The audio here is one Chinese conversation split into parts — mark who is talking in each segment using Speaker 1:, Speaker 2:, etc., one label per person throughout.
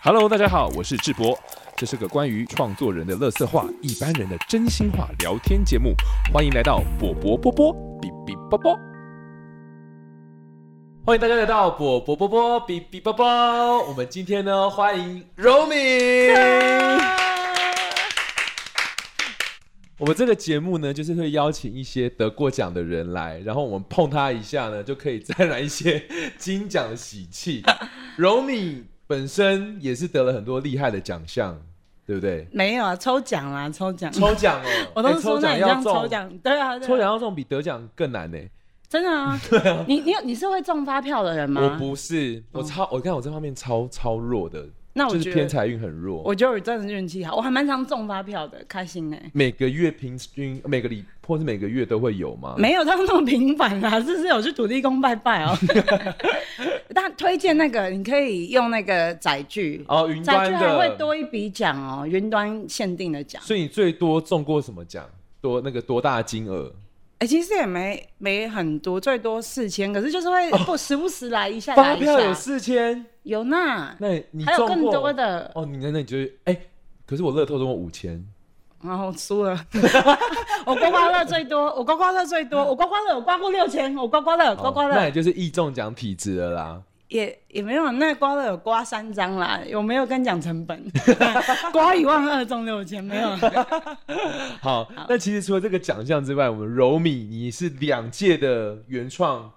Speaker 1: Hello，大家好，我是智博，这是个关于创作人的乐色话、一般人的真心话聊天节目，欢迎来到波波波波比比波波。
Speaker 2: 欢迎大家来到波波波波比比波波。我们今天呢，欢迎柔敏。我们这个节目呢，就是会邀请一些得过奖的人来，然后我们碰他一下呢，就可以沾染一些金奖的喜气。柔敏本身也是得了很多厉害的奖项，对不对？
Speaker 3: 没有啊，抽奖啦，抽奖。
Speaker 2: 抽奖哦，
Speaker 3: 我都
Speaker 2: 哎
Speaker 3: 是
Speaker 2: 抽
Speaker 3: 说那
Speaker 2: 奖
Speaker 3: 你
Speaker 2: 要
Speaker 3: 像
Speaker 2: 中，
Speaker 3: 抽奖，对啊，对啊
Speaker 2: 抽奖要中比得奖更难呢。
Speaker 3: 真的啊。你你有你是会中发票的人吗？
Speaker 2: 我，不是，我超，我看我这方面超超弱的，
Speaker 3: 嗯那我
Speaker 2: 就是
Speaker 3: 觉
Speaker 2: 偏
Speaker 3: 得
Speaker 2: 财运很弱。
Speaker 3: 我觉得我真的运气好，我还蛮常中发票的，开心哎、
Speaker 2: 每个月平均每个礼或是每个月都会有吗？
Speaker 3: 没有到那么频繁啦， 是不是有去土地公拜拜哦、 但推荐那个，你可以用那个载具，
Speaker 2: 哦，云
Speaker 3: 载
Speaker 2: 端
Speaker 3: 具还
Speaker 2: 的
Speaker 3: 会多一笔奖哦，云端限定的奖。
Speaker 2: 所以你最多中过什么奖？多那个多大金额？
Speaker 3: 哎、其实也没没很多，最多四千，可是就是会不时不时来一下，
Speaker 2: 发
Speaker 3: 来一
Speaker 2: 票有
Speaker 3: 下。
Speaker 2: 四千，
Speaker 3: 有那，
Speaker 2: 那你你
Speaker 3: 还有
Speaker 2: 中
Speaker 3: 更
Speaker 2: 过
Speaker 3: 多的。
Speaker 2: 哦？你那那你觉得哎？可是我乐透中过五千，
Speaker 3: 然后哦输了， 我刮刮乐最多，我刮刮乐最多，我刮刮乐我刮过六千，我刮刮乐刮刮
Speaker 2: 哦那
Speaker 3: 乐
Speaker 2: 你就是易中奖体质了啦。
Speaker 3: 也也没有，那刮了有刮三张啦，有没有跟你讲成本？ 刮一万二中六千，没有，
Speaker 2: 好，那其实除了这个奖项之外，我们柔米你是两届的原创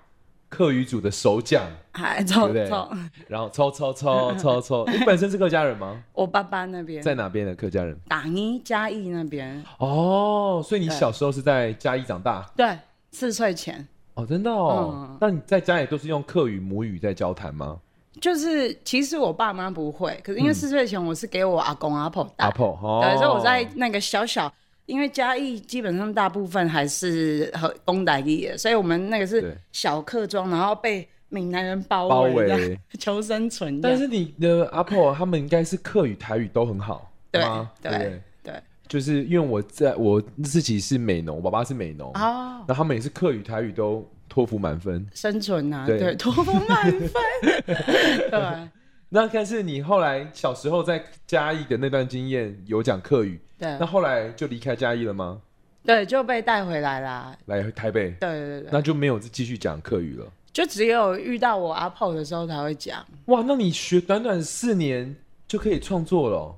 Speaker 2: 课余组的首奖，
Speaker 3: 还
Speaker 2: 对不
Speaker 3: 抽
Speaker 2: 对
Speaker 3: 抽，
Speaker 2: 然后抽抽抽 抽抽，你本身是客家人吗？
Speaker 3: 我爸爸那边
Speaker 2: 在哪边的客家人？
Speaker 3: 打一嘉义那边，
Speaker 2: 哦，所以你
Speaker 3: 对
Speaker 2: 小时候是在嘉义长大
Speaker 3: 对，四岁前
Speaker 2: 哦，真的哦
Speaker 3: 嗯。
Speaker 2: 那、你在家里都是用客语母语在交谈吗？
Speaker 3: 就是其实我爸妈不会，可
Speaker 2: 嗯
Speaker 3: 是因为四岁前我是给我阿公阿婆打
Speaker 2: 阿，婆，哦，
Speaker 3: 啊对，所以我在那个小小，因为嘉义基本上大部分还是和公台义的，所以我们那个
Speaker 2: 对
Speaker 3: 是小客庄，然后被闽南人包
Speaker 2: 包
Speaker 3: 围，这
Speaker 2: 围
Speaker 3: 样。求生存这
Speaker 2: 但
Speaker 3: 样。
Speaker 2: 是你的阿婆他们应该是客语、台语都很好，
Speaker 3: 对
Speaker 2: 吗对
Speaker 3: 对
Speaker 2: 不对，
Speaker 3: 对
Speaker 2: 就是因为我在我自己是美农，我爸爸是美农，那、
Speaker 3: 哦，
Speaker 2: 他们也是客语、台语都托福满分。
Speaker 3: 生存啊，
Speaker 2: 对
Speaker 3: 对，托福满分， 对啊
Speaker 2: 那但是你后来小时候在嘉义的那段经验有讲客语，那
Speaker 3: 对啊
Speaker 2: 后来就离开嘉义了吗？
Speaker 3: 对，就被带回来啦。
Speaker 2: 来台北，
Speaker 3: 对对对对，
Speaker 2: 那就没有继续讲客语了。
Speaker 3: 就只有遇到我阿婆的时候才会讲。
Speaker 2: 哇，那你学短短四年就可以创作了哦、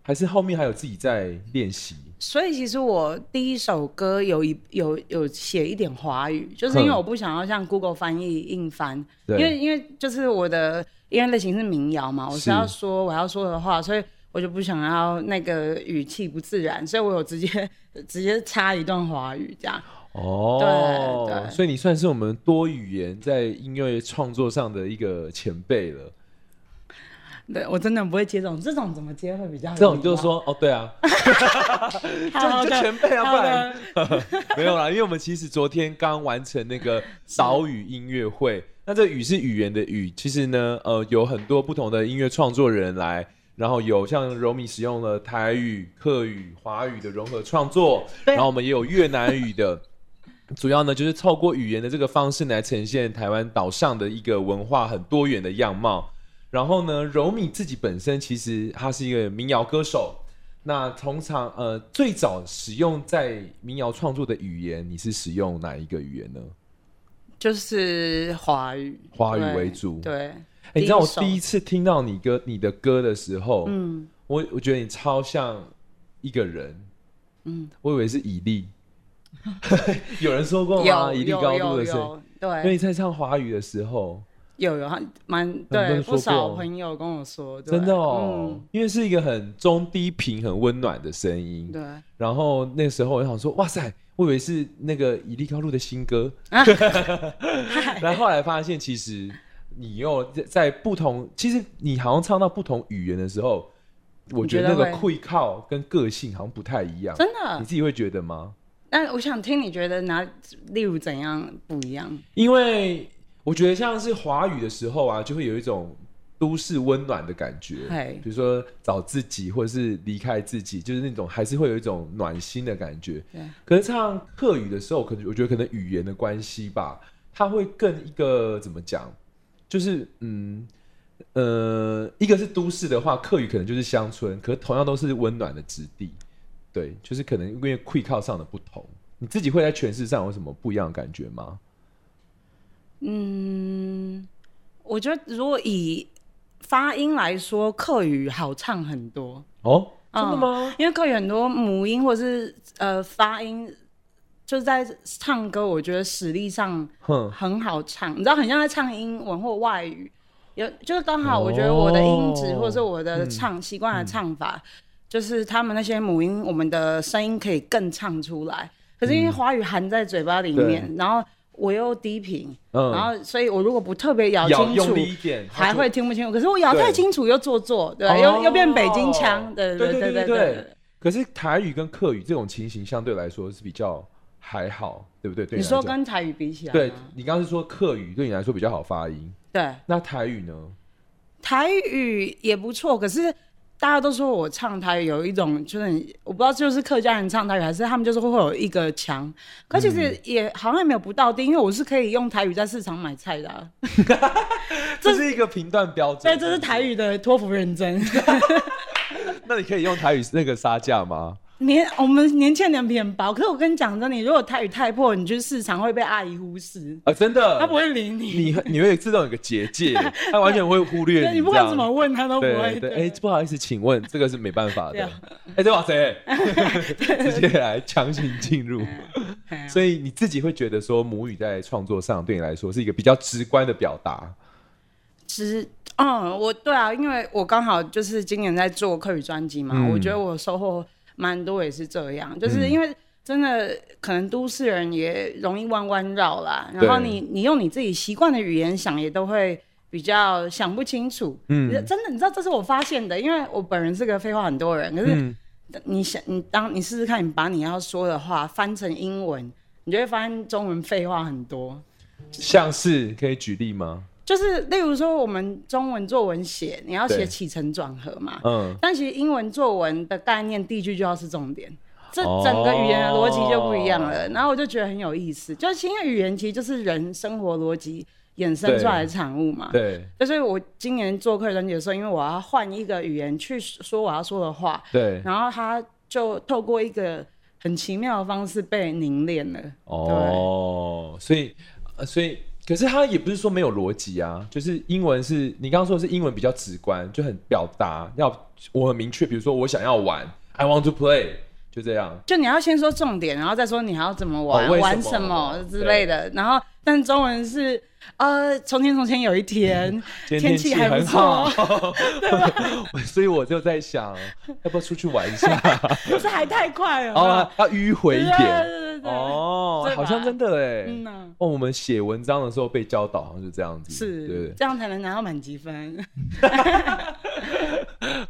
Speaker 2: 还是后面还有自己在练习？
Speaker 3: 所以其实我第一首歌有一有有写一点华语，就是因为
Speaker 2: 嗯
Speaker 3: 我不想要像 Google 翻译硬翻，
Speaker 2: 对，
Speaker 3: 因为因为就是我的音乐类型是民谣嘛，我
Speaker 2: 是
Speaker 3: 是要说我要说的话，所以我就不想要那个语气不自然，所以我有直接直接插一段华语这样。
Speaker 2: 哦，
Speaker 3: 对对
Speaker 2: 所以你算是我们多语言在音乐创作上的一个前辈了。
Speaker 3: 对我真的不会接这种，这种怎么接会比较有礼貌？
Speaker 2: 这种就是说，哦，对啊，
Speaker 3: 好
Speaker 2: 就
Speaker 3: 的，
Speaker 2: 就前辈啊，不
Speaker 3: 好
Speaker 2: 然
Speaker 3: 的，
Speaker 2: 没有啦，因为我们其实昨天刚完成那个岛屿音乐会，那这语是语言的语，其实呢，呃，有很多不同的音乐创作人来。然后有像柔米使用了台语、客语、华语的融合创作，
Speaker 3: 对
Speaker 2: 然后我们也有越南语的，主要呢就是透过语言的这个方式来呈现台湾岛上的一个文化很多元的样貌。然后呢，柔米自己本身其实她是一个民谣歌手，那通常呃最早使用在民谣创作的语言，你是使用哪一个语言呢？
Speaker 3: 就是华语，
Speaker 2: 华语
Speaker 3: 对
Speaker 2: 为主
Speaker 3: 对，
Speaker 2: 哎，你知道我
Speaker 3: 第一首
Speaker 2: 第一次听到你歌你的歌的时候，
Speaker 3: 嗯，
Speaker 2: 我我觉得你超像一个人，嗯
Speaker 3: 嗯，
Speaker 2: 我以为是以利， 有人说过吗？
Speaker 3: 嗯有
Speaker 2: 以利
Speaker 3: 有
Speaker 2: 高度
Speaker 3: 有
Speaker 2: 的声音。因
Speaker 3: 有，
Speaker 2: 为
Speaker 3: 对，
Speaker 2: 你在唱华语的时候，
Speaker 3: 有有还蛮
Speaker 2: 多人
Speaker 3: 对，
Speaker 2: 说
Speaker 3: 不少
Speaker 2: 过
Speaker 3: 朋友跟我说，对
Speaker 2: 真的哦，
Speaker 3: 嗯，
Speaker 2: 因为是一个很中低频、很温暖的声音。
Speaker 3: 对。
Speaker 2: 然后那时候我就想说，哇塞，我以为是那个以利高路的新歌，
Speaker 3: 啊
Speaker 2: 然后后来发现其实你又在在不同，其实你好像唱到不同语言的时候，我觉得那
Speaker 3: 你觉
Speaker 2: 个
Speaker 3: 得会
Speaker 2: 会靠跟个性好像不太一样，
Speaker 3: 真的
Speaker 2: 你自己会觉得吗？
Speaker 3: 那我想听你觉得哪，例如怎样不一样？
Speaker 2: 因为我觉得像是华语的时候啊，就会有一种都市温暖的感觉，
Speaker 3: 嘿
Speaker 2: 比如说找自己或者是离开自己，就是那种还是会有一种暖心的感觉
Speaker 3: 对。
Speaker 2: 可是唱客语的时候，可能我觉得可能语言的关系吧，它会更一个怎么讲，就是嗯。呃，一个是都市的话，客语可能就是乡村，可同样都是温暖的质地，对，就是可能因为会靠上的不同，你自己会在诠释上有什么不一样的感觉吗？
Speaker 3: 嗯，我觉得如果以发音来说，客语好唱很多，
Speaker 2: 哦，
Speaker 3: 嗯
Speaker 2: 真的吗？
Speaker 3: 因为客语很多母音或是呃发音，就是在唱歌，我觉得实力上
Speaker 2: 哼，
Speaker 3: 很好唱，你知道，很像在唱英文或外语。有就是刚好，我觉得我的音质
Speaker 2: 哦
Speaker 3: 或者是我的唱
Speaker 2: 嗯
Speaker 3: 习惯的唱法，就是他们那些母音，我们的声音可以更唱出
Speaker 2: 嗯
Speaker 3: 来。可是因为华语含在嘴巴里面，然后我又低频，
Speaker 2: 嗯
Speaker 3: 然后所以我如果不特别咬
Speaker 2: 咬
Speaker 3: 清楚
Speaker 2: 用，力一点，
Speaker 3: 还
Speaker 2: 它就
Speaker 3: 会听不清楚。可是我咬太清楚又做作，对吧，又又变北京腔，对
Speaker 2: 哦对
Speaker 3: 对
Speaker 2: 对
Speaker 3: 对
Speaker 2: 对对。可是台语跟客语这种情形相对来说是比较还好，对不对？对
Speaker 3: 你啊
Speaker 2: 来
Speaker 3: 说
Speaker 2: 讲
Speaker 3: 跟台语比起来吗，
Speaker 2: 对你刚刚是说客语对你来说比较好发音，
Speaker 3: 对，
Speaker 2: 那台语呢？
Speaker 3: 台语也不错，可是大家都说我唱台语有一种就是很我不知道就是客家人唱台语，还是他们就是会有一个腔，可其实也好像也没有不到地，因为我是可以用台语在市场买菜的、啊，
Speaker 2: 这是一个评断标准。
Speaker 3: 所以这是台语的托福认真。
Speaker 2: 那你可以用台语那个杀价吗？
Speaker 3: 年我们年轻人脸皮很薄，可是我跟你讲真的，你如果台语太破，你去市场会被阿姨忽视，
Speaker 2: 啊，真的，
Speaker 3: 她不会理你，
Speaker 2: 你你会自动有个结 界，他完全会忽略
Speaker 3: 对
Speaker 2: 你。
Speaker 3: 你不
Speaker 2: 这
Speaker 3: 管
Speaker 2: 样
Speaker 3: 怎么问她都不
Speaker 2: 对
Speaker 3: 会。
Speaker 2: 对，哎，不好意思，请问这个是没办法
Speaker 3: 对
Speaker 2: 的
Speaker 3: 啊。
Speaker 2: 哎，对吧？谁？ 直接来强行进入。
Speaker 3: 哎呀
Speaker 2: 所以你自己会觉得说，母语在创作上对你来说是一个比较直观的表达。
Speaker 3: 之，嗯，我对啊，因为我刚好就是今年在做客语专辑嘛，
Speaker 2: 嗯
Speaker 3: 我觉得我收获蛮多，也是这样，就是因为真的可能都市人也容易弯弯绕啦，然后
Speaker 2: 对
Speaker 3: 你你用你自己习惯的语言想，也都会比较想不清楚。
Speaker 2: 嗯
Speaker 3: 真的，你知道这是我发现的，因为我本人是个废话很多人，可是
Speaker 2: 嗯，
Speaker 3: 你想，你当你试试看，你把你要说的话翻成英文，你就会发现中文废话很多。
Speaker 2: 像是可以举例吗？
Speaker 3: 就是例如说，我们中文作文写，你要
Speaker 2: 对
Speaker 3: 写起承转合嘛。
Speaker 2: 嗯，
Speaker 3: 但其实英文作文的概念，第一句就要是重点，这
Speaker 2: 哦
Speaker 3: 整个语言的逻辑就不一样了。然后我就觉得很有意思，就是因为语言其实就是人生活逻辑衍生出来的产物嘛。
Speaker 2: 对
Speaker 3: 就所以我今年做客人节的时候，因为我要换一个语言去说我要说的话，
Speaker 2: 对，
Speaker 3: 然后他就透过一个很奇妙的方式被凝练了。
Speaker 2: 哦，所以呃所以。可是它也不是说没有逻辑啊，就是英文是你刚刚说的是英文比较直观，就很表达，要我很明确，比如说我想要玩，I want to play，就这样。
Speaker 3: 就你要先说重点，然后再说你还要怎么玩、
Speaker 2: 哦为什么
Speaker 3: 玩什么之类的。然后，但中文是呃，从前从前有一 天，
Speaker 2: 嗯今
Speaker 3: 天
Speaker 2: 天
Speaker 3: 气
Speaker 2: 气
Speaker 3: 还不
Speaker 2: 很
Speaker 3: 错
Speaker 2: 好， 所以我就在 想，要不要出去玩一下？
Speaker 3: 可是还太快了。
Speaker 2: 哦，要迂回一
Speaker 3: 对对
Speaker 2: 点。
Speaker 3: 对对对，啊
Speaker 2: 哦
Speaker 3: 对，吧
Speaker 2: 好像真的哎。
Speaker 3: 嗯呐、
Speaker 2: 哦，我们写文章的时候被教导好像是这样子，对不
Speaker 3: 是
Speaker 2: 对
Speaker 3: 这样才能拿到满积分。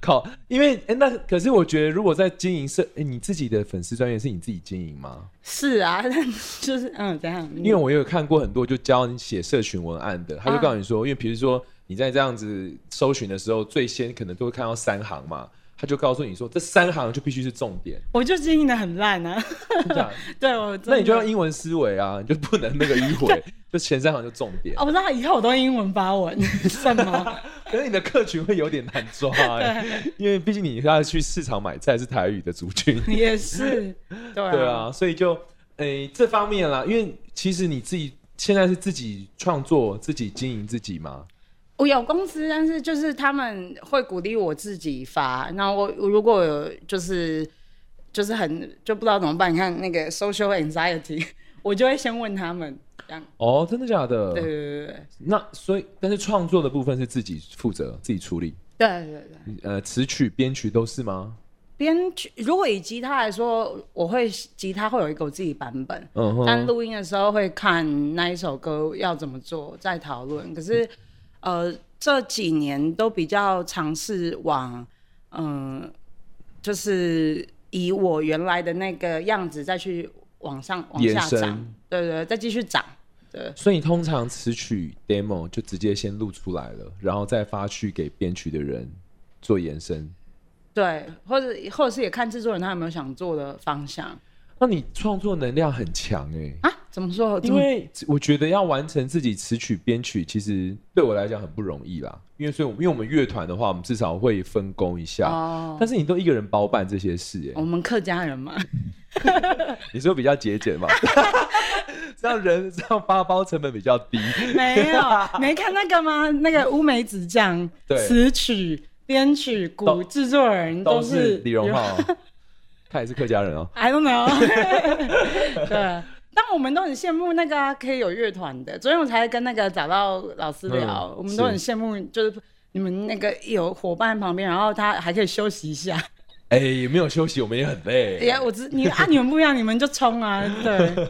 Speaker 2: 靠，因为哎、诶那可是我觉得，如果在经营社，哎、你自己的粉丝专业是你自己经营吗？
Speaker 3: 是啊， 但就是嗯，怎样？
Speaker 2: 因为我有看过很多就教你写社群文案的，他就
Speaker 3: 啊
Speaker 2: 告诉你说，因为比如说你在这样子搜寻的时候，最先可能都会看到三行嘛，他就告诉你说这三行就必须是重点，
Speaker 3: 我就经营的很烂啊。
Speaker 2: 真的假的
Speaker 3: 对，我真的
Speaker 2: 那你就用英文思维啊， 你就不能那个迂回，就前三行就重点。
Speaker 3: 哦，我知道以后我都英文发文， 什么？
Speaker 2: 可是你的客群会有点难抓、欸， 因为毕竟你要去市场买菜是台语的族群，
Speaker 3: 也是，对
Speaker 2: 对，啊，所以就诶、这方面啦，因为其实你自己现在是自己创作、自己经营自己嘛，
Speaker 3: 我有公司，但是就是他们会鼓励我自己发。那我我如果有就是就是很就不知道怎么办，你看那个 social anxiety，我 就会先问他们这样。
Speaker 2: 哦，真的假
Speaker 3: 对对
Speaker 2: 的？
Speaker 3: 对对
Speaker 2: 那所以，但是创作的部分是自己负责、自己处理，
Speaker 3: 对对对。
Speaker 2: 呃，词曲、编曲都是吗？
Speaker 3: 编曲如果以吉他来说，我会吉他会有一个我自己版本，
Speaker 2: 嗯
Speaker 3: 但
Speaker 2: 哼，
Speaker 3: 录音的时候会看那一首歌要怎么做，再讨论。可是，呃，这几年都比较尝试往，嗯、就是以我原来的那个样子再去往上往
Speaker 2: 延
Speaker 3: 下长
Speaker 2: 伸，
Speaker 3: 对对对，再继续长，对。
Speaker 2: 所以你通常词曲 demo 就直接先录出来了，然后再发去给编曲的人做延伸。
Speaker 3: 对，或者或者是也看制作人他有没有想做的方向
Speaker 2: 那你创作能量很强哎、
Speaker 3: 啊？怎么说？怎
Speaker 2: 因
Speaker 3: 么
Speaker 2: 为我觉得要完成自己词曲编曲，其实对我来讲很不容易啦。因为所以我们，因为我们乐团的话，我们至少会分工一下。
Speaker 3: 哦，
Speaker 2: 但是你都一个人包办这些事、欸，
Speaker 3: 我们客家人嘛，
Speaker 2: 你说比较节俭嘛？ 这样人 这样发包成本比较低。
Speaker 3: 没有，没看那个吗？那个乌梅子酱，
Speaker 2: 对
Speaker 3: 词曲、编曲、
Speaker 2: 都
Speaker 3: 鼓、制作人
Speaker 2: 都
Speaker 3: 是
Speaker 2: 是李荣浩，他也是客家人哦。
Speaker 3: I don't know 。对，但我们都很羡慕那个啊、可以有乐团的。昨天我才跟那个找到老师聊，
Speaker 2: 嗯
Speaker 3: 我们都很羡慕，就是你们那个有伙伴旁边，然后他还可以休息一下。
Speaker 2: 哎、也没有休息，我们也很累。
Speaker 3: 哎呀，我知你啊，你们不一样，你们就 冲啊。对，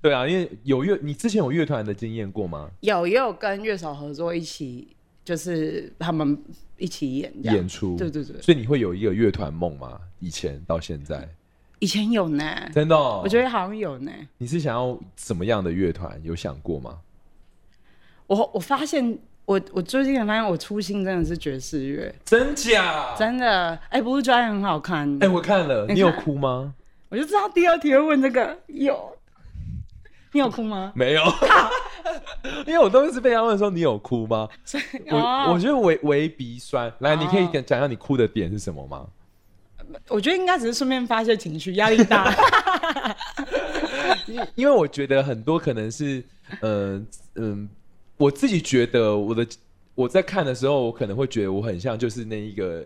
Speaker 2: 对啊，因为有乐，你之前有乐团的经验过吗？
Speaker 3: 有也有跟乐手合作一起，就是他们一起演这样
Speaker 2: 演出，
Speaker 3: 对对对，
Speaker 2: 所以你会有一个乐团梦吗？以前到现在，
Speaker 3: 以前有呢，
Speaker 2: 真的哦、
Speaker 3: 我觉得好像有呢。
Speaker 2: 你是想要怎么样的乐团？有想过吗？
Speaker 3: 我我发现我我最近才发现我初心真的是爵士乐，
Speaker 2: 真假？
Speaker 3: 真的。哎、不是专很好看，
Speaker 2: 哎、我看了，
Speaker 3: 看
Speaker 2: 你有哭吗？
Speaker 3: 我就知道第二题会问这个，有。你有哭吗？
Speaker 2: 没 有，因为我都一直被他问说你有哭吗？我、
Speaker 3: 哦
Speaker 2: 我觉得微微鼻酸。来，你可以
Speaker 3: 哦
Speaker 2: 讲讲讲你哭的点是什么吗？
Speaker 3: 我觉得应该只是顺便发泄情绪，压力 大。
Speaker 2: 因因为我觉得很多可能是，嗯、嗯、我自己觉得我的我在看的时候，我可能会觉得我很像就是那一个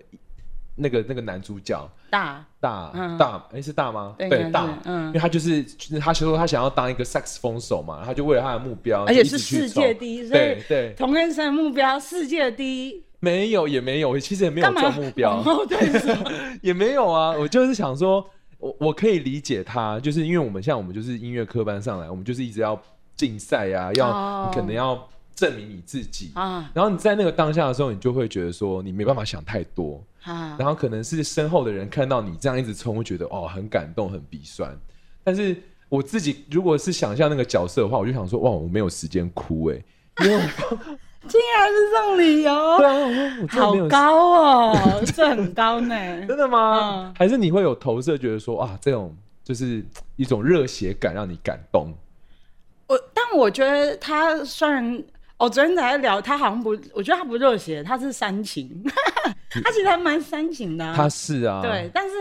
Speaker 2: 那个那个男主角
Speaker 3: 大，
Speaker 2: 大、
Speaker 3: 嗯
Speaker 2: 大，哎、是大吗？
Speaker 3: 对应该是
Speaker 2: 大，
Speaker 3: 嗯
Speaker 2: 因为他就是就是他说他想要当一个萨克斯风手嘛，他就为了他的目标，
Speaker 3: 而且
Speaker 2: 哦就一直
Speaker 3: 是
Speaker 2: 去
Speaker 3: 世
Speaker 2: 冲
Speaker 3: 界第一，所以
Speaker 2: 对对，
Speaker 3: 童根生的目标世界第一，
Speaker 2: 没有也没有，其实也没有
Speaker 3: 干嘛哦
Speaker 2: 中目标
Speaker 3: 往，后退缩？
Speaker 2: 也没有啊，我就是想说，我我可以理解他，就是因为我们像我们就是音乐科班上来，我们就是一直要竞赛啊，要、
Speaker 3: 哦
Speaker 2: 你可能要证明你自己。
Speaker 3: 啊
Speaker 2: 然后你在那个当下的时候，你就会觉得说你没办法想太多，
Speaker 3: 啊！
Speaker 2: 然后可能是身后的人看到你这样一直冲，会觉得哦很感动、很鼻酸。但是我自己如果是想象那个角色的话，我就想说哇，我没有时间哭哎、因为我
Speaker 3: 竟然是这种理
Speaker 2: 对
Speaker 3: 由，
Speaker 2: 啊，我说我真的
Speaker 3: 好
Speaker 2: 没有时
Speaker 3: 高哦，这很高呢。
Speaker 2: 真的吗？
Speaker 3: 嗯
Speaker 2: 还是你会有投射，觉得说啊，这种就是一种热血感，让你感动？
Speaker 3: 我但我觉得他虽然，我昨天才聊，他好像不，我觉得他不热血，他是煽情， 他其实还蛮煽情的啊、
Speaker 2: 他是啊，
Speaker 3: 对，，但是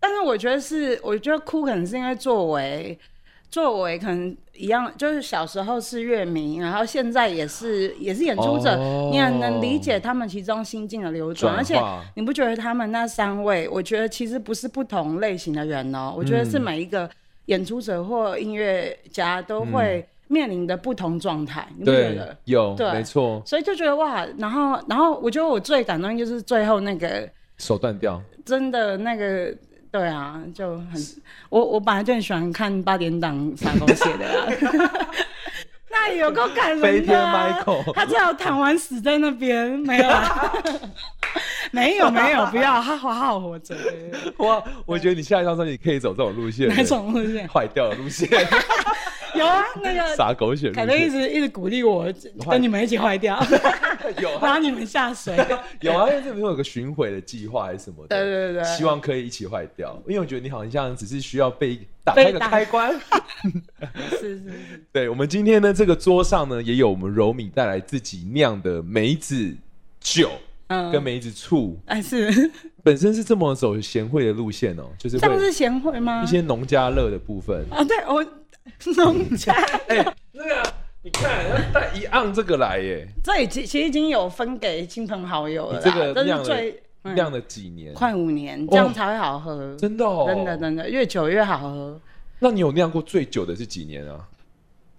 Speaker 3: 但是我觉得是，我觉得哭可能是因为作为作为可能一样，就是小时候是乐迷，然后现在也是也是演出者，
Speaker 2: 哦
Speaker 3: 你很能理解他们其中心境的流转，
Speaker 2: 转
Speaker 3: 而且
Speaker 2: 化
Speaker 3: 你不觉得他们那三位，我觉得其实不是不同类型的人哦，我觉
Speaker 2: 嗯
Speaker 3: 得是每一个演出者或音乐家都会面临的不同状态，你不觉
Speaker 2: 嗯对
Speaker 3: 得？，
Speaker 2: 有，
Speaker 3: 对
Speaker 2: 没错，
Speaker 3: 所以就觉得哇，然后然后我觉得我最感动就是最后那个。
Speaker 2: 手断掉，
Speaker 3: 真的那个，对啊，就很我我本来就很喜欢看八点档傻狗血的啦。 那也有够感
Speaker 2: 飞
Speaker 3: 人
Speaker 2: 天
Speaker 3: 的、啊，
Speaker 2: Michael
Speaker 3: 他最好躺完死在那边，没有啊， 没有没有，不要，他好好活着，对对
Speaker 2: 哇！ 我觉得你下一张专辑可以走这种路线
Speaker 3: 对，哪种路线？
Speaker 2: 坏掉的路 线，
Speaker 3: 有啊，那个
Speaker 2: 撒狗血路
Speaker 3: 凯特
Speaker 2: 线，
Speaker 3: 一直一直鼓励我跟你们一起坏掉，
Speaker 2: 有 啊
Speaker 3: 把你们下水。
Speaker 2: 有啊，因为这边有个巡回的计划还是什么的，
Speaker 3: 对对对对
Speaker 2: 希望可以一起坏掉，因为我觉得你好像只是需要被打开个
Speaker 3: 被打
Speaker 2: 开关。
Speaker 3: 是是是，
Speaker 2: 对，我们今天呢，这个桌上呢，也有我们柔米带来自己酿的梅子酒
Speaker 3: 嗯
Speaker 2: 跟梅子醋，
Speaker 3: 哎是，
Speaker 2: 本身是这么走贤惠的路线哦，就是
Speaker 3: 这样
Speaker 2: 会
Speaker 3: 是贤惠吗
Speaker 2: 一？些农家乐的部分。
Speaker 3: 啊，对我农家。
Speaker 2: 哎、那个你看，要带一盎这个来耶，
Speaker 3: 这已经其实已经有分给亲朋好友了啦，
Speaker 2: 你这个
Speaker 3: 这
Speaker 2: 酿
Speaker 3: 是
Speaker 2: 了
Speaker 3: 最、嗯
Speaker 2: 酿了几年，
Speaker 3: 快五年，这样才会好喝，
Speaker 2: 哦真的哦，
Speaker 3: 真的真的越久越好喝。
Speaker 2: 那你有酿过最久的是几年啊？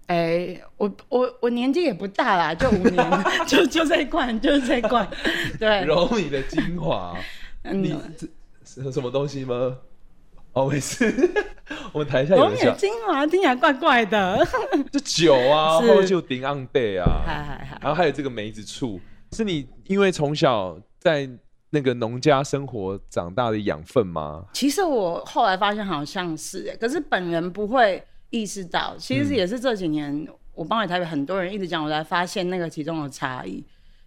Speaker 3: 哎、我我我年纪也不大啦，就五年， 就就这一罐，就是这一罐，对，
Speaker 2: 柔米的精 华，你
Speaker 3: 嗯，
Speaker 2: 这是什么东西吗？哦，没事， 我们台下
Speaker 3: 我
Speaker 2: 有人
Speaker 3: 们
Speaker 2: 讲
Speaker 3: 也精华听起来怪怪的，
Speaker 2: 这酒啊，
Speaker 3: 是
Speaker 2: 后就顶 on day
Speaker 3: 嗨
Speaker 2: 啊，
Speaker 3: 嗨嗨，
Speaker 2: 然后还有这个梅子醋，是你因为从小在那个农家生活长大的养分吗？
Speaker 3: 其实我后来发现好像是、欸，可是本人不会意识到，其
Speaker 2: 嗯
Speaker 3: 实也是这几年、我搬来台北，很多人一直讲，我才发现那个其中的差异。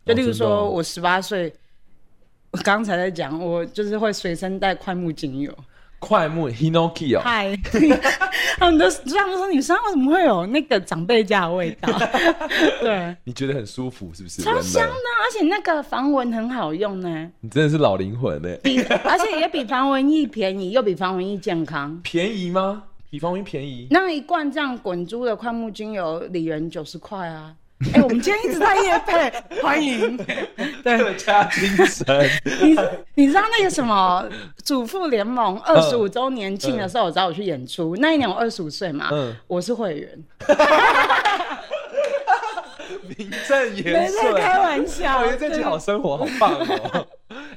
Speaker 3: 就例如
Speaker 2: 真的哦
Speaker 3: 说，我十八岁，我刚才在讲，我就是会随身带快木精油，
Speaker 2: 快木 Hinoki 哦，
Speaker 3: 嗨， 他们都这样说，女生为什么会有那个长辈家的味 道？对，
Speaker 2: 你觉得很舒服是不是？
Speaker 3: 超
Speaker 2: 闻
Speaker 3: 香的，
Speaker 2: 了，
Speaker 3: 而且那个防蚊很好用呢，
Speaker 2: 你真的是老灵魂欸呢。
Speaker 3: 比 而且也比防蚊液便宜，又比防蚊液健康。
Speaker 2: 便宜吗？比方于便 宜，
Speaker 3: 那一罐这样滚珠的快木精油，里人九十块 啊！哎、我们今天一直在夜配， 欢迎。对，
Speaker 2: 客家精神。
Speaker 3: 你你知道那个什么主妇联盟二十五周年庆的时候，我找我去演出，那一年我二十五岁嘛，
Speaker 2: 嗯
Speaker 3: 我是会员，
Speaker 2: 名正
Speaker 3: 没哦
Speaker 2: 言
Speaker 3: 在
Speaker 2: 顺。
Speaker 3: 开玩笑
Speaker 2: 我觉得这集好生活，好棒哦！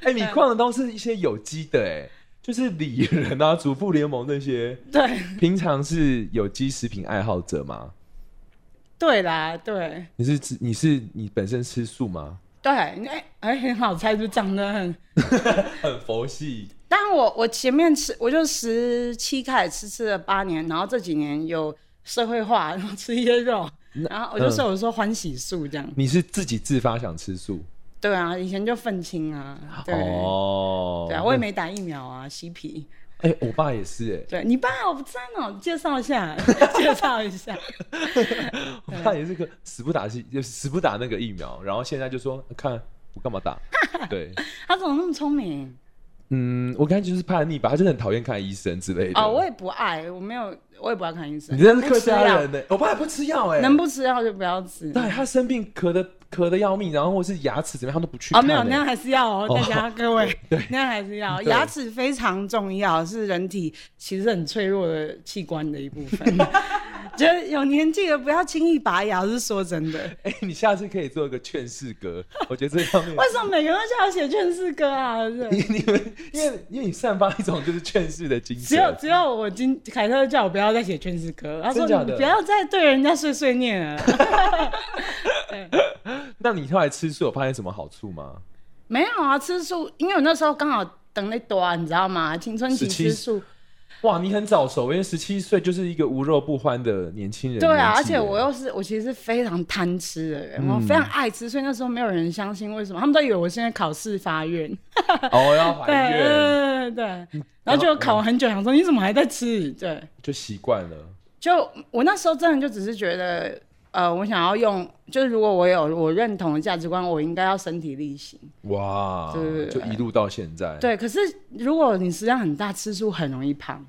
Speaker 2: 哎、米矿的都是一些有机的、哎，就是里仁啊、主妇联盟那些，
Speaker 3: 对
Speaker 2: 平常是有机食品爱好者吗？
Speaker 3: 对啦，对
Speaker 2: 你是吃你是你本身吃素吗？
Speaker 3: 对，哎、哎，很好猜，就长得很。
Speaker 2: 很佛系，
Speaker 3: 但我我前面吃，我就十七开始吃，吃了八年，然后这几年有社会化，然后吃一些肉，然后我就说我说欢喜 素这样。
Speaker 2: 你是自己自发想吃素
Speaker 3: 对啊，以前就愤青啊，对、
Speaker 2: 哦？
Speaker 3: 对啊，我也没打疫苗啊，嬉皮。
Speaker 2: 哎、我爸也是、哎。
Speaker 3: 对你爸我不赞哦，介绍一下， 介绍一下。
Speaker 2: 我爸也是个死不打疫，就死不打那个疫苗，然后现在就说看我干嘛 打？对，
Speaker 3: 他怎么那么 聪明？
Speaker 2: 嗯，我感觉就是叛逆吧，他就是很讨厌看医生之类的。
Speaker 3: 哦，我也不爱，我没有，我也不爱看医生。
Speaker 2: 你真的是
Speaker 3: 不
Speaker 2: 客
Speaker 3: 吃
Speaker 2: 家
Speaker 3: 药
Speaker 2: 人呢、欸我爸也不吃药哎、
Speaker 3: 能不吃药就不要吃。
Speaker 2: 对他生病咳的咳的要命，然后或是牙齿怎么样，他都不去
Speaker 3: 哦，
Speaker 2: 看、欸。
Speaker 3: 没有，那样还是要哦，大家 各位，那样还是要。
Speaker 2: 对
Speaker 3: 牙齿非常重要，是人体其实很脆弱的器官的一部分。 觉得有年纪了不要轻易拔牙，是 说真的。
Speaker 2: 哎、你下次可以做一个劝世歌， 我觉得这方面
Speaker 3: 为。什么每个人都叫我写劝世 歌啊？是
Speaker 2: 你你们，因为因为你散发一种就是劝世的精
Speaker 3: 只
Speaker 2: 神，
Speaker 3: 有只有我今凯特叫我不要再写劝世歌，他说
Speaker 2: 真假
Speaker 3: 你
Speaker 2: 的
Speaker 3: 不要再对人家碎碎念了。
Speaker 2: 那你后来吃素有发现什么好处吗？
Speaker 3: 没有啊，吃素，因为我那时候刚好等那多啊，你知道吗？青春期
Speaker 2: 17
Speaker 3: 吃素，
Speaker 2: 哇，你很早熟，因为十七岁就是一个无肉不欢的年轻人。
Speaker 3: 对啊，而
Speaker 2: 年纪
Speaker 3: 且
Speaker 2: 耶
Speaker 3: 我嗯又是我其实是非常贪吃的人，我非常爱吃，所以那时候没有人相信为什么，他们都以为我现在考试发 愿，
Speaker 2: 哦要
Speaker 3: 对嗯
Speaker 2: 怀孕，
Speaker 3: 对对对，然后就考很久，想说你怎么还在吃？对，
Speaker 2: 就习惯了。
Speaker 3: 就我那时候真的就只是觉得，呃，我想要用，就是如果我有我认同的价值观，我应该要身体力行。
Speaker 2: 哇
Speaker 3: 对，
Speaker 2: 就一路到现在。
Speaker 3: 对，可是如果你食量很大，吃素很容易胖。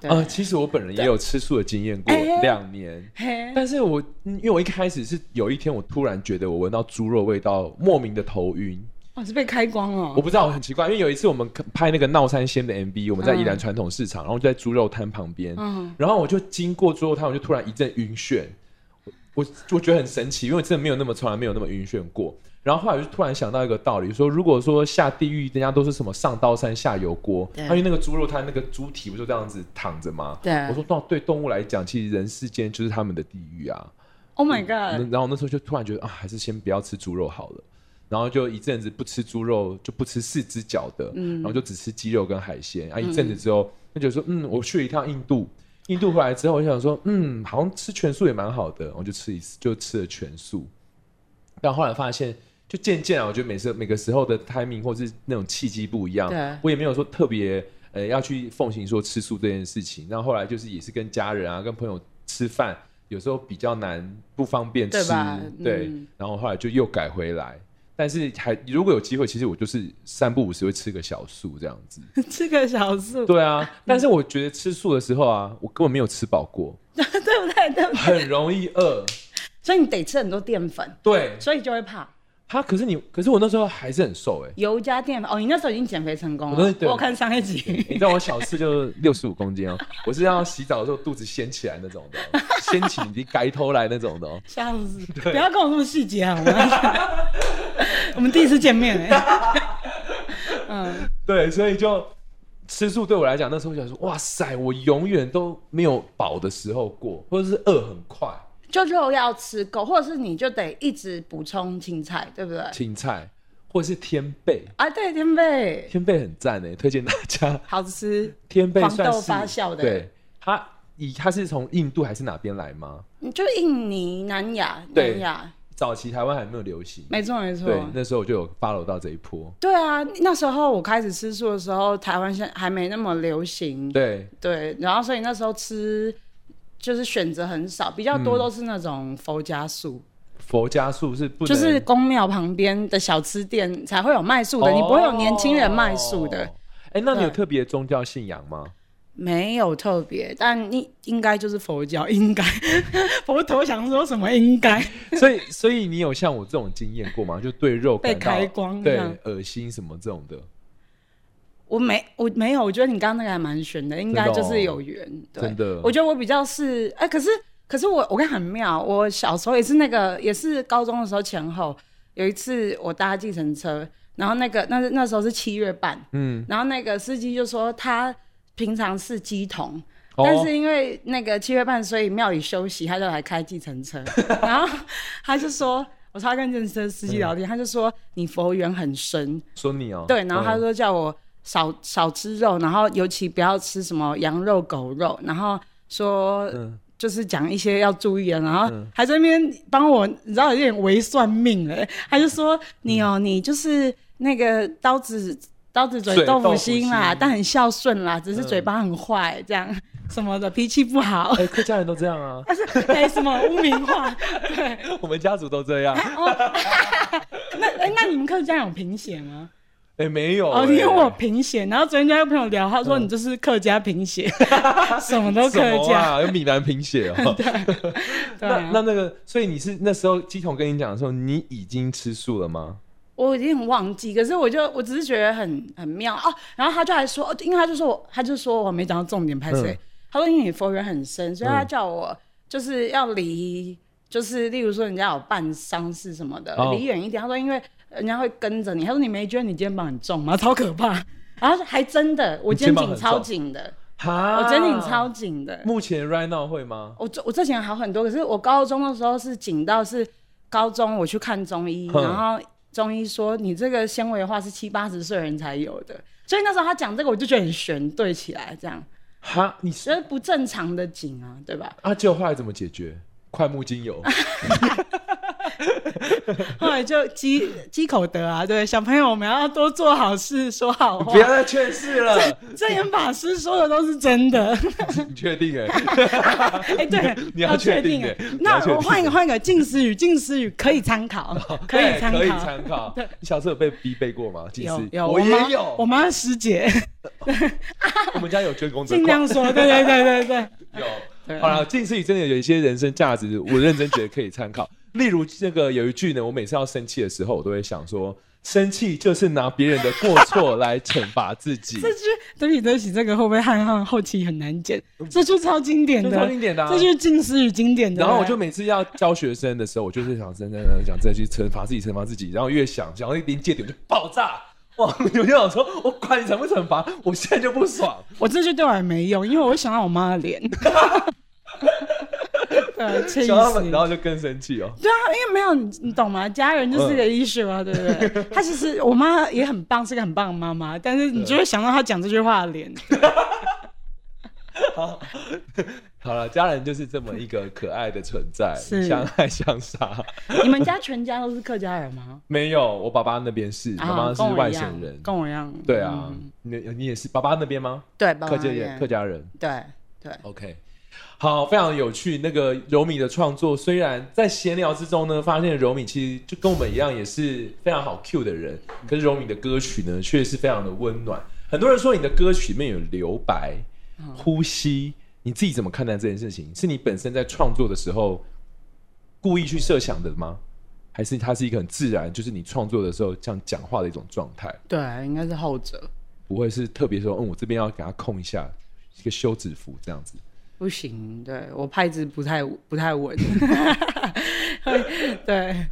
Speaker 3: 对，
Speaker 2: 啊，其实我本人也有吃素的经验过
Speaker 3: 哎
Speaker 2: 两年。
Speaker 3: 嘿，
Speaker 2: 但是我嗯因为我一开始是有一天，我突然觉得我闻到猪肉味道，莫名的头晕。
Speaker 3: 我是被开光
Speaker 2: 我
Speaker 3: 哦。
Speaker 2: 不知道，很奇怪，因为有一次我们拍那个闹三鲜的 MV，我们在
Speaker 3: 嗯
Speaker 2: 宜兰传统市场，然后就在猪肉摊旁边，
Speaker 3: 嗯
Speaker 2: 然后我就经过猪肉摊，我就突然一阵晕眩，我我我觉得很神奇，因为我真的没有那么从来没有那么晕眩过。然后后来我就突然想到一个道理，说如果说下地狱，人家都是什么上刀山下油锅，
Speaker 3: 对
Speaker 2: 因为那个猪肉摊那个猪蹄不就这样子躺着吗？
Speaker 3: 对
Speaker 2: 我说那对动物来讲，其实人世间就是他们的地狱啊。
Speaker 3: ，Oh
Speaker 2: 那
Speaker 3: my god！
Speaker 2: 然后那时候就突然觉得啊，还是先不要吃猪肉好了。然后就一阵子不吃猪肉，就不吃四只脚的，然后就只吃鸡肉跟海鲜。啊，一阵子之后，那就说嗯，我去了一趟印度，印度回来之后，我就想说嗯，好像吃全素也蛮好的，我就吃一次，就吃了全素。但后来发现，就渐渐啊，我觉得每次每个时候的 timing 或是那种契机不一样
Speaker 3: 对，
Speaker 2: 我也没有说特别呃要去奉行说吃素这件事情。那后来就是也是跟家人啊、跟朋友吃饭，有时候比较难不方便吃，
Speaker 3: 对吧
Speaker 2: 对
Speaker 3: 嗯
Speaker 2: 然后后来就又改回来。但是还如果有机会，其实我就是三不五时会吃个小素这样子。
Speaker 3: 吃个小素，
Speaker 2: 对啊，但是我觉得吃素的时候啊，我根本没有吃饱过，
Speaker 3: 对不对？对不对？
Speaker 2: 很容易 饿。
Speaker 3: 所以你得吃很多淀粉，
Speaker 2: 对
Speaker 3: 所以就会胖。
Speaker 2: 他，可是你，可是我那时候还是很瘦哎、
Speaker 3: 油加淀粉，哦，你那时候已经减肥成功
Speaker 2: 我那
Speaker 3: 了。我
Speaker 2: 对
Speaker 3: 有看上一集，
Speaker 2: 你 知道我小四就六十五公斤哦，我是要洗澡的时候肚子掀起来那种的哦，掀起你盖头来那种的哦。
Speaker 3: 吓死！不要跟我那么细节 好吗？我们第一次见面哎，嗯，
Speaker 2: 对，所以就吃素对我来讲，那时候想说，哇塞，我永远都没有饱的时候过，或者是饿很快。
Speaker 3: 就肉要吃够，或者是你就得一直补充青菜，对不对？
Speaker 2: 青菜或者是天贝，
Speaker 3: 啊，对，天贝
Speaker 2: 天贝很赞诶，推荐大家。
Speaker 3: 好吃，
Speaker 2: 天贝
Speaker 3: 黄
Speaker 2: 算
Speaker 3: 豆
Speaker 2: 是
Speaker 3: 发酵的
Speaker 2: 对它以它是从印度还是哪边来吗？
Speaker 3: 就印尼、南亚、
Speaker 2: 对
Speaker 3: 南亚，
Speaker 2: 早期台湾还没有流行，
Speaker 3: 没错没错。
Speaker 2: 对，那时候我就有 follow 到这一波。
Speaker 3: 对啊，那时候我开始吃素的时候，台湾现还没那么流行，
Speaker 2: 对，
Speaker 3: 对，然后所以那时候吃就是选择很少，比较多都是那种佛家素，
Speaker 2: 佛家素是不能
Speaker 3: 就是宫庙旁边的小吃店才会有卖素的，你不会有年轻人卖素的
Speaker 2: 哦。。哎、那你有
Speaker 3: 对
Speaker 2: 特别宗教信仰吗？
Speaker 3: 没有特别，但你应该就是佛教，应该 佛陀想说什么应该
Speaker 2: 所以，所以你有像我这种经验过吗？就对肉
Speaker 3: 被
Speaker 2: 感到
Speaker 3: 开光这
Speaker 2: 对
Speaker 3: 样
Speaker 2: 恶心什么这种的，
Speaker 3: 我没，我没有，我觉得你刚刚那个还蛮悬的，应该就
Speaker 2: 真的哦
Speaker 3: 是有缘。对
Speaker 2: 真的
Speaker 3: 我觉得我比较是，哎、可是可是我我跟你很妙，我小时候也是那个，也是高中的时候前后，有一次我搭计程车，然后那个那那时候是七月半，
Speaker 2: 嗯，
Speaker 3: 然后那个司机就说他平常是鸡童。
Speaker 2: 哦
Speaker 3: 但是因为那个七月半，所以庙里休息，他就来开计程 车。然后他就说：“我超爱跟计程车司
Speaker 2: 嗯
Speaker 3: 机聊天，他就说你佛缘很深，
Speaker 2: 说你哦、
Speaker 3: 对，然后他
Speaker 2: 嗯
Speaker 3: 说叫我少、少吃肉，然后尤其不要吃什么羊肉、狗肉，然后说。
Speaker 2: 嗯
Speaker 3: 就是讲一些要注意的，然后还在那边帮我，你知道有点微算命哎、他就说你
Speaker 2: 嗯
Speaker 3: 哦、你就是那个刀子刀子嘴
Speaker 2: 嘴
Speaker 3: 豆
Speaker 2: 豆
Speaker 3: 腐
Speaker 2: 腐
Speaker 3: 心啦，
Speaker 2: 心
Speaker 3: 但很孝顺啦，只是嘴
Speaker 2: 嗯
Speaker 3: 巴很坏这样、什么的，脾气不好，
Speaker 2: 哎、客家人都这样啊，
Speaker 3: 但是哎什么污名化，对，哦
Speaker 2: 我们家族都这样。哎、
Speaker 3: 那哎、那你们客家有贫血吗？
Speaker 2: 没有、
Speaker 3: 哦，
Speaker 2: 哎
Speaker 3: 因为我贫血，然后昨天就跟朋友聊，他说你就是客家 贫血，什么都客
Speaker 2: 嗯什么
Speaker 3: 家，
Speaker 2: 啊，有闽南贫血 哦、
Speaker 3: 对
Speaker 2: 那
Speaker 3: 啊
Speaker 2: 那那个，所以你是那时候鸡童跟你讲的时候，你已经吃素了吗？
Speaker 3: 我已经很忘记，可是我就我只是觉得很很妙哦。然后他就还说，哦因为他就说我，他就说哦我没讲到重点，拍谁、
Speaker 2: 嗯
Speaker 3: 他说因为你佛缘很深，所以他
Speaker 2: 嗯
Speaker 3: 叫我就是要离，就是例如说人家有办丧事什么的，
Speaker 2: 哦
Speaker 3: 离远一点。他说因为人家会跟着你，他说你没觉得你肩膀很重吗？超可怕。然后还真的，我
Speaker 2: 你肩
Speaker 3: 肩
Speaker 2: 膀
Speaker 3: 颈
Speaker 2: 很
Speaker 3: 超
Speaker 2: 重啊
Speaker 3: 紧的，
Speaker 2: 哈，
Speaker 3: 我肩颈超。紧的。
Speaker 2: 目前 right now 会吗？
Speaker 3: 我这我之前好很多，可是我高中的时候是紧到是高中我去看中医，
Speaker 2: 哼
Speaker 3: 然后中医说你这个纤维化是七八十岁人才有的，所以那时候他讲这个我就觉得很悬，对起来这样，
Speaker 2: 哈，你
Speaker 3: 觉得不正常的紧啊，对吧？
Speaker 2: 啊，就后来怎么解决？快木精 油，
Speaker 3: 后来就积积口德啊，对小朋友我们要多做好事，说好 话
Speaker 2: 不。要再劝世 了，
Speaker 3: 正言法师说的都是 真的，
Speaker 2: 你确定哎、
Speaker 3: 哎、对，
Speaker 2: 你要确
Speaker 3: 确
Speaker 2: 定
Speaker 3: 哎
Speaker 2: 的
Speaker 3: 那
Speaker 2: 你要确定
Speaker 3: 我换一个换一个近思语，近思语可以参考， 可以
Speaker 2: 对
Speaker 3: 参考，
Speaker 2: 哎可以参 考。你小时候有被逼背过吗？其实
Speaker 3: 有有，
Speaker 2: 我
Speaker 3: 妈
Speaker 2: 也
Speaker 3: 我
Speaker 2: 有，
Speaker 3: 妈是师姐
Speaker 2: 我们家有捐 公子
Speaker 3: 尽
Speaker 2: 框，
Speaker 3: 量说，对对对对对。
Speaker 2: 有。
Speaker 3: 对
Speaker 2: 好了，近视语真的有一些人生价值，我认真觉得可以参考。 例如这个有一句呢，我每次要生气的时候，我都会想说，生气就是拿别人的过错来惩罚自己。
Speaker 3: 这句对不起对不起，这个会不会汉汉后期很难剪？这句超经典
Speaker 2: 嗯
Speaker 3: 的，
Speaker 2: 这超经典的啊
Speaker 3: 这句近似于经典的。
Speaker 2: 然后我就每次要教学生的时候，我就是想真真的想这去惩罚自己，惩罚自己。然后越想，想到一临界点我就爆炸。哇！我就想说，我管你惩不惩罚，我现在就不爽。
Speaker 3: 我这句对我还没用，因为我会想到我妈的 脸。对，气死！
Speaker 2: 想到他们，然后就更生气哦。
Speaker 3: 对啊，因为没有你，你懂吗？家人就是一个 issue 啊，对不
Speaker 2: 嗯
Speaker 3: 对？她其实我妈也很棒，是个很棒的妈妈，但是你就会想到她讲这句话的脸。
Speaker 2: 好了，家人就是这么一个可爱的存在，
Speaker 3: 是
Speaker 2: 相爱相杀。
Speaker 3: 你们家全家都是客家人吗？
Speaker 2: 没有， 我爸爸那边是，
Speaker 3: 啊
Speaker 2: 妈妈是
Speaker 3: 跟我一
Speaker 2: 外
Speaker 3: 样
Speaker 2: 省人。
Speaker 3: 跟我一样。
Speaker 2: 对啊
Speaker 3: 嗯，
Speaker 2: 你你也是爸爸那边吗？
Speaker 3: 对，爸
Speaker 2: 客
Speaker 3: 爸
Speaker 2: 家人，
Speaker 3: 也
Speaker 2: 客家人。
Speaker 3: 对对，
Speaker 2: OK，好，非常有趣。那个柔米的创作，虽然在闲聊之中呢，发现柔米其实就跟我们一样，也是非常好 Q 的人，可是柔米的歌曲呢，却是非常的温暖。很多人说你的歌曲里面有留白、呼吸，你自己怎么看待这件事情？是你本身在创作的时候故意去设想的吗？还是它是一个很自然，就是你创作的时候这样讲话的一种状态？
Speaker 3: 对，应该是后者。
Speaker 2: 不会是特别说，嗯，我这边要给他控一下，一个休止符这样子。
Speaker 3: 不行，对我拍子不太不太稳， 对，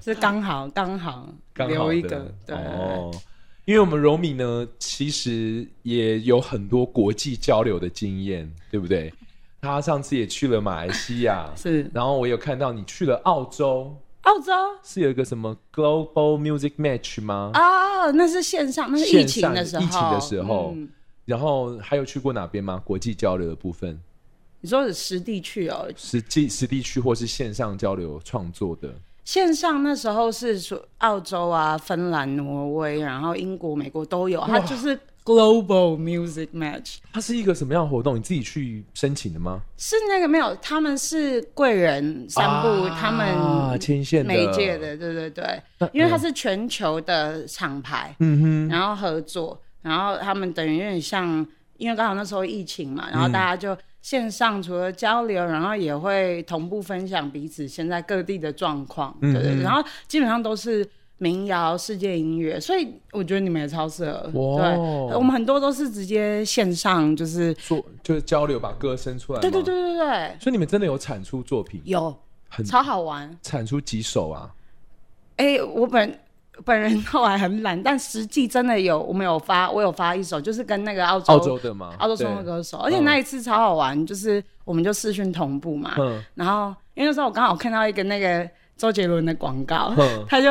Speaker 3: 是刚好刚好
Speaker 2: 刚好
Speaker 3: 留一
Speaker 2: 的
Speaker 3: 个，对，，
Speaker 2: 哦，因为我们柔米呢，其实也有很多国际交流的经验，对不对？他上次也去了马来西亚
Speaker 3: 是
Speaker 2: 然后我有看到你去了澳洲，
Speaker 3: 澳洲
Speaker 2: 是有一个什么 Global Music Match 吗？
Speaker 3: 哦，那是线上，那是疫情的时候，
Speaker 2: 线上疫情的时候
Speaker 3: 嗯
Speaker 2: 然后还有去过哪边吗？国际交流的部分，
Speaker 3: 你说是实地去哦，
Speaker 2: 实际实地去或是线上交流创作的，
Speaker 3: 线上那时候是说澳洲啊、芬兰、挪威，然后英国、美国都有，它就是 Global Music Match，
Speaker 2: 它是一个什么样的活动？你自己去申请的吗？
Speaker 3: 是那个没有，他们是贵人散步，
Speaker 2: 啊
Speaker 3: 他们
Speaker 2: 牵线的
Speaker 3: 媒介的，对对对，因为它是全球的厂牌，
Speaker 2: 嗯
Speaker 3: 然后合作，然后他们等于有点像，因为刚好那时候疫情
Speaker 2: 嗯
Speaker 3: 嘛，然后大家就线上除了交流，然后也会同步分享彼此现在各地的状况，
Speaker 2: 嗯
Speaker 3: 对对对，然后基本上都是。民谣、世界音乐，所以我觉得你们也超适合。
Speaker 2: 哇
Speaker 3: 对，我们很多都是直接线上，就是
Speaker 2: 哼，做就是交流，把歌生出来。
Speaker 3: 对对，对对对，
Speaker 2: 所以你们真的有产出作品，
Speaker 3: 有
Speaker 2: 很
Speaker 3: 超好玩。
Speaker 2: 产出几首啊？
Speaker 3: 哎、我本本人后来很懒，但实际真的有，我们有发，我有发一首，就是跟那个澳洲
Speaker 2: 澳洲的吗？
Speaker 3: 澳洲生活
Speaker 2: 对，嗯
Speaker 3: 歌手，而且那一次超好玩，就是我们就视讯同步嘛，
Speaker 2: 嗯
Speaker 3: 然后因为那时候我刚好看到一个那个周杰伦的广告，
Speaker 2: 嗯
Speaker 3: 他就。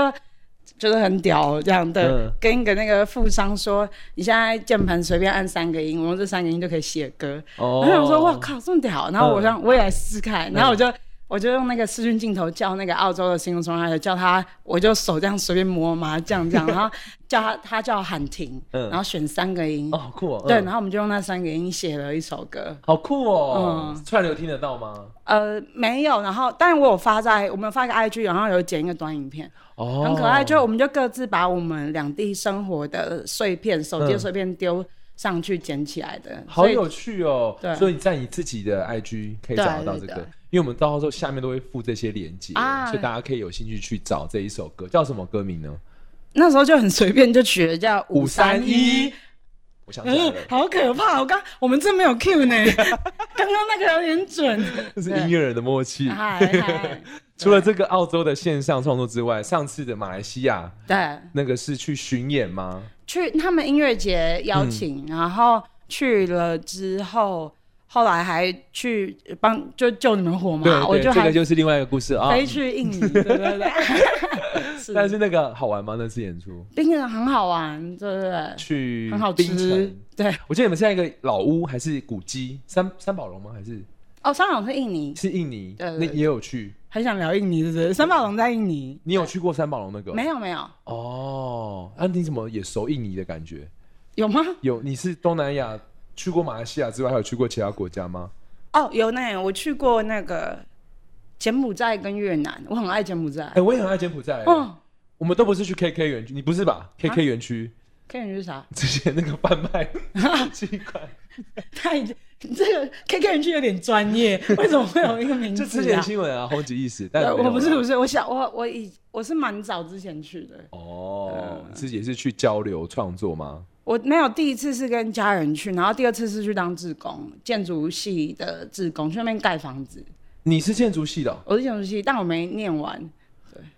Speaker 3: 就是很屌哦这样的，
Speaker 2: 嗯
Speaker 3: 跟一个那个富商说，你现在键盘随便按三个音，我用这三个音就可以写歌。
Speaker 2: 哦
Speaker 3: 然后我说哇靠，这么屌！然后我
Speaker 2: 嗯
Speaker 3: 想我也来试试看，然后我就我就用那个视讯镜头叫那个澳洲的新闻从来叫他，我就手这样随便摸麻 将这样，然后叫他他叫喊停，
Speaker 2: 嗯
Speaker 3: 然后选三个音
Speaker 2: 哦，，好酷哦，
Speaker 3: 对，
Speaker 2: 嗯
Speaker 3: 然后我们就用那三个音写了一首歌。
Speaker 2: 好酷哦
Speaker 3: 嗯，
Speaker 2: 串流听得到吗？
Speaker 3: 呃，没有，然后但我有发在我们有发一个 IG，然后有剪一个短影片，
Speaker 2: 哦，
Speaker 3: 很可爱。就我们就各自把我们两地生活的碎片、手机的
Speaker 2: 嗯
Speaker 3: 碎片丢上去捡起来的，
Speaker 2: 好
Speaker 3: 所以
Speaker 2: 有趣哦！
Speaker 3: 对
Speaker 2: 所以你在你自己的 IG 可以找得到这
Speaker 3: 对
Speaker 2: 个
Speaker 3: 对对，
Speaker 2: 因为我们到时候下面都会附这些连接，
Speaker 3: 啊
Speaker 2: 所以大家可以有兴趣去找这一首歌，叫什么歌名呢？
Speaker 3: 那时候就很随便就取了叫
Speaker 2: 五
Speaker 3: 三
Speaker 2: 三一，，我想起来
Speaker 3: 嗯
Speaker 2: 了，，
Speaker 3: 好可怕！我刚我们真没有 Q 呢，刚刚那个有点准。
Speaker 2: 这是音乐人的默契。
Speaker 3: 嗨嗨，
Speaker 2: 除了这个澳洲的线上创作之外，上次的马来西亚
Speaker 3: 对，
Speaker 2: 那个是去巡演吗？
Speaker 3: 去他们音乐节邀请，然后去了之后，后来还去帮就救你们火
Speaker 2: 对
Speaker 3: 嘛，我
Speaker 2: 对，
Speaker 3: 就
Speaker 2: 这
Speaker 3: 还
Speaker 2: 个就是另外一个故事啊。
Speaker 3: 飞去印尼，对对对，是
Speaker 2: 但是那个好玩吗？那次演出
Speaker 3: 冰城很好玩，对对对，
Speaker 2: 去
Speaker 3: 很好
Speaker 2: 槟
Speaker 3: 吃
Speaker 2: 城，
Speaker 3: 对。
Speaker 2: 我记得你们是在一个老屋还是古迹？三三宝龙吗？还是
Speaker 3: 哦，三宝龙是印尼，
Speaker 2: 是印尼？
Speaker 3: 对对
Speaker 2: 那
Speaker 3: 对
Speaker 2: 也有去。
Speaker 3: 很想聊印尼，是不是？三宝龙在印尼，
Speaker 2: 你有去过三宝龙那个？
Speaker 3: 没有没有，
Speaker 2: 哦，那、你怎么也熟印尼的感觉？
Speaker 3: 有吗？
Speaker 2: 有，你是东南亚去过马来西亚之外，还有去过其他国家吗？
Speaker 3: 哦，有呢，我去过那个柬埔寨跟越南，我很爱柬埔寨
Speaker 2: 哎、。我也很爱柬埔寨、
Speaker 3: 啊哦，啊
Speaker 2: 我们都不是去 KK 园区，你不是吧？KK 园区、
Speaker 3: 可以去啥？
Speaker 2: 之前那个贩卖 器 官，
Speaker 3: 太这个 K K 人去有点专业，为什么会有一个名字、
Speaker 2: 就
Speaker 3: 啊？
Speaker 2: 之前新闻啊，红极一时，但
Speaker 3: 对，
Speaker 2: 没有
Speaker 3: 我不是
Speaker 2: 啦
Speaker 3: 不是，我想我我以我是蛮早之前去的，
Speaker 2: 哦，自己也是去交流创作吗？
Speaker 3: 我没有第一次是跟家人去，然后第二次是去当志工，建筑系的志工去那边盖房子。
Speaker 2: 你是建筑系的哦、
Speaker 3: 我是建筑系，但我没念完，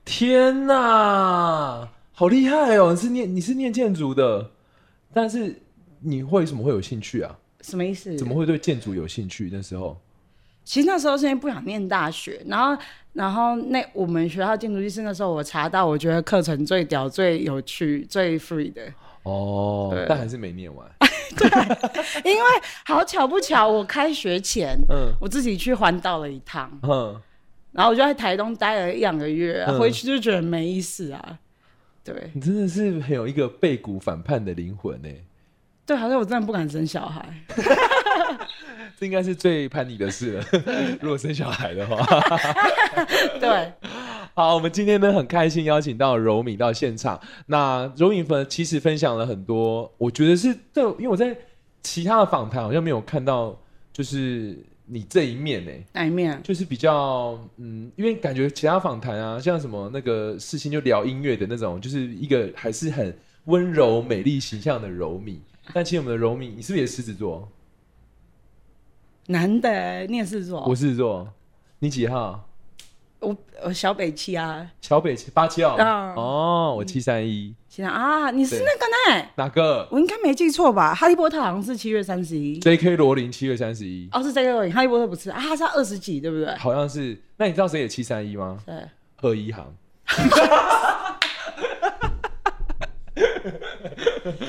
Speaker 2: 天哪，好厉害哦！你是念你是念建筑的，但是你为什么会有兴趣啊？
Speaker 3: 什么意思？
Speaker 2: 怎么会对建筑有兴趣？那时候
Speaker 3: 其实那时候是因为不想念大学，然后然后那我们学校建筑系是那时候我查到，我觉得课程最屌、最有趣、最 free 的，
Speaker 2: 哦
Speaker 3: 对，
Speaker 2: 但还是没念完。
Speaker 3: 因为好巧不巧，我开学前
Speaker 2: 嗯
Speaker 3: 我自己去环岛了一趟，
Speaker 2: 嗯，
Speaker 3: 然后我就在台东待了一两个月、啊，
Speaker 2: 嗯
Speaker 3: 回去就觉得没意思啊。对
Speaker 2: 你真的是很有一个背骨反叛的灵魂欸呢。
Speaker 3: 对，好像我真的不敢生小 孩。
Speaker 2: 这应该是最叛逆的事了。 如果生小孩的话，
Speaker 3: 对，
Speaker 2: 好，我们今天呢很开心邀请到柔敏到现场。那柔敏分其实分享了很多，我觉得是对，因为我在其他的访谈好像没有看到，就是你这一面呢。
Speaker 3: 哪一面？
Speaker 2: 就是比较嗯，因为感觉其他访谈啊，像什么那个事情就聊音乐的那种，就是一个还是很温柔美丽形象的柔米。但其实我们的柔米，你是不是也狮子座？
Speaker 3: 男的、欸，你也是
Speaker 2: 我
Speaker 3: 说，
Speaker 2: 狮子座，你几号？
Speaker 3: 我我小北七啊，
Speaker 2: 小北七八七号。
Speaker 3: 啊
Speaker 2: 哦，我七三一，
Speaker 3: 现在啊，你是
Speaker 2: 对
Speaker 3: 那个呢、
Speaker 2: 哪个
Speaker 3: 我应该没记错吧？哈利波特好像是七月三十一。
Speaker 2: ？J.K. 罗琳七月三十一，
Speaker 3: 哦，是这个而已，哈利波特不是啊，他是二十几，对不对？
Speaker 2: 好像是。那你知道谁也七三一吗？
Speaker 3: 对，
Speaker 2: 贺一航。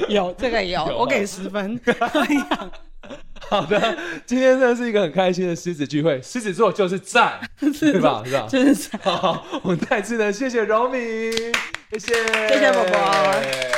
Speaker 3: 有这个有，
Speaker 2: 有
Speaker 3: 哎我给十分。
Speaker 2: 好的， 今天真的是一个很开心的狮子聚会，狮子座就是 赞，对吧？是吧？
Speaker 3: 就是这样
Speaker 2: 好，我们再次呢，谢谢柔敏，谢谢，
Speaker 3: 谢谢宝宝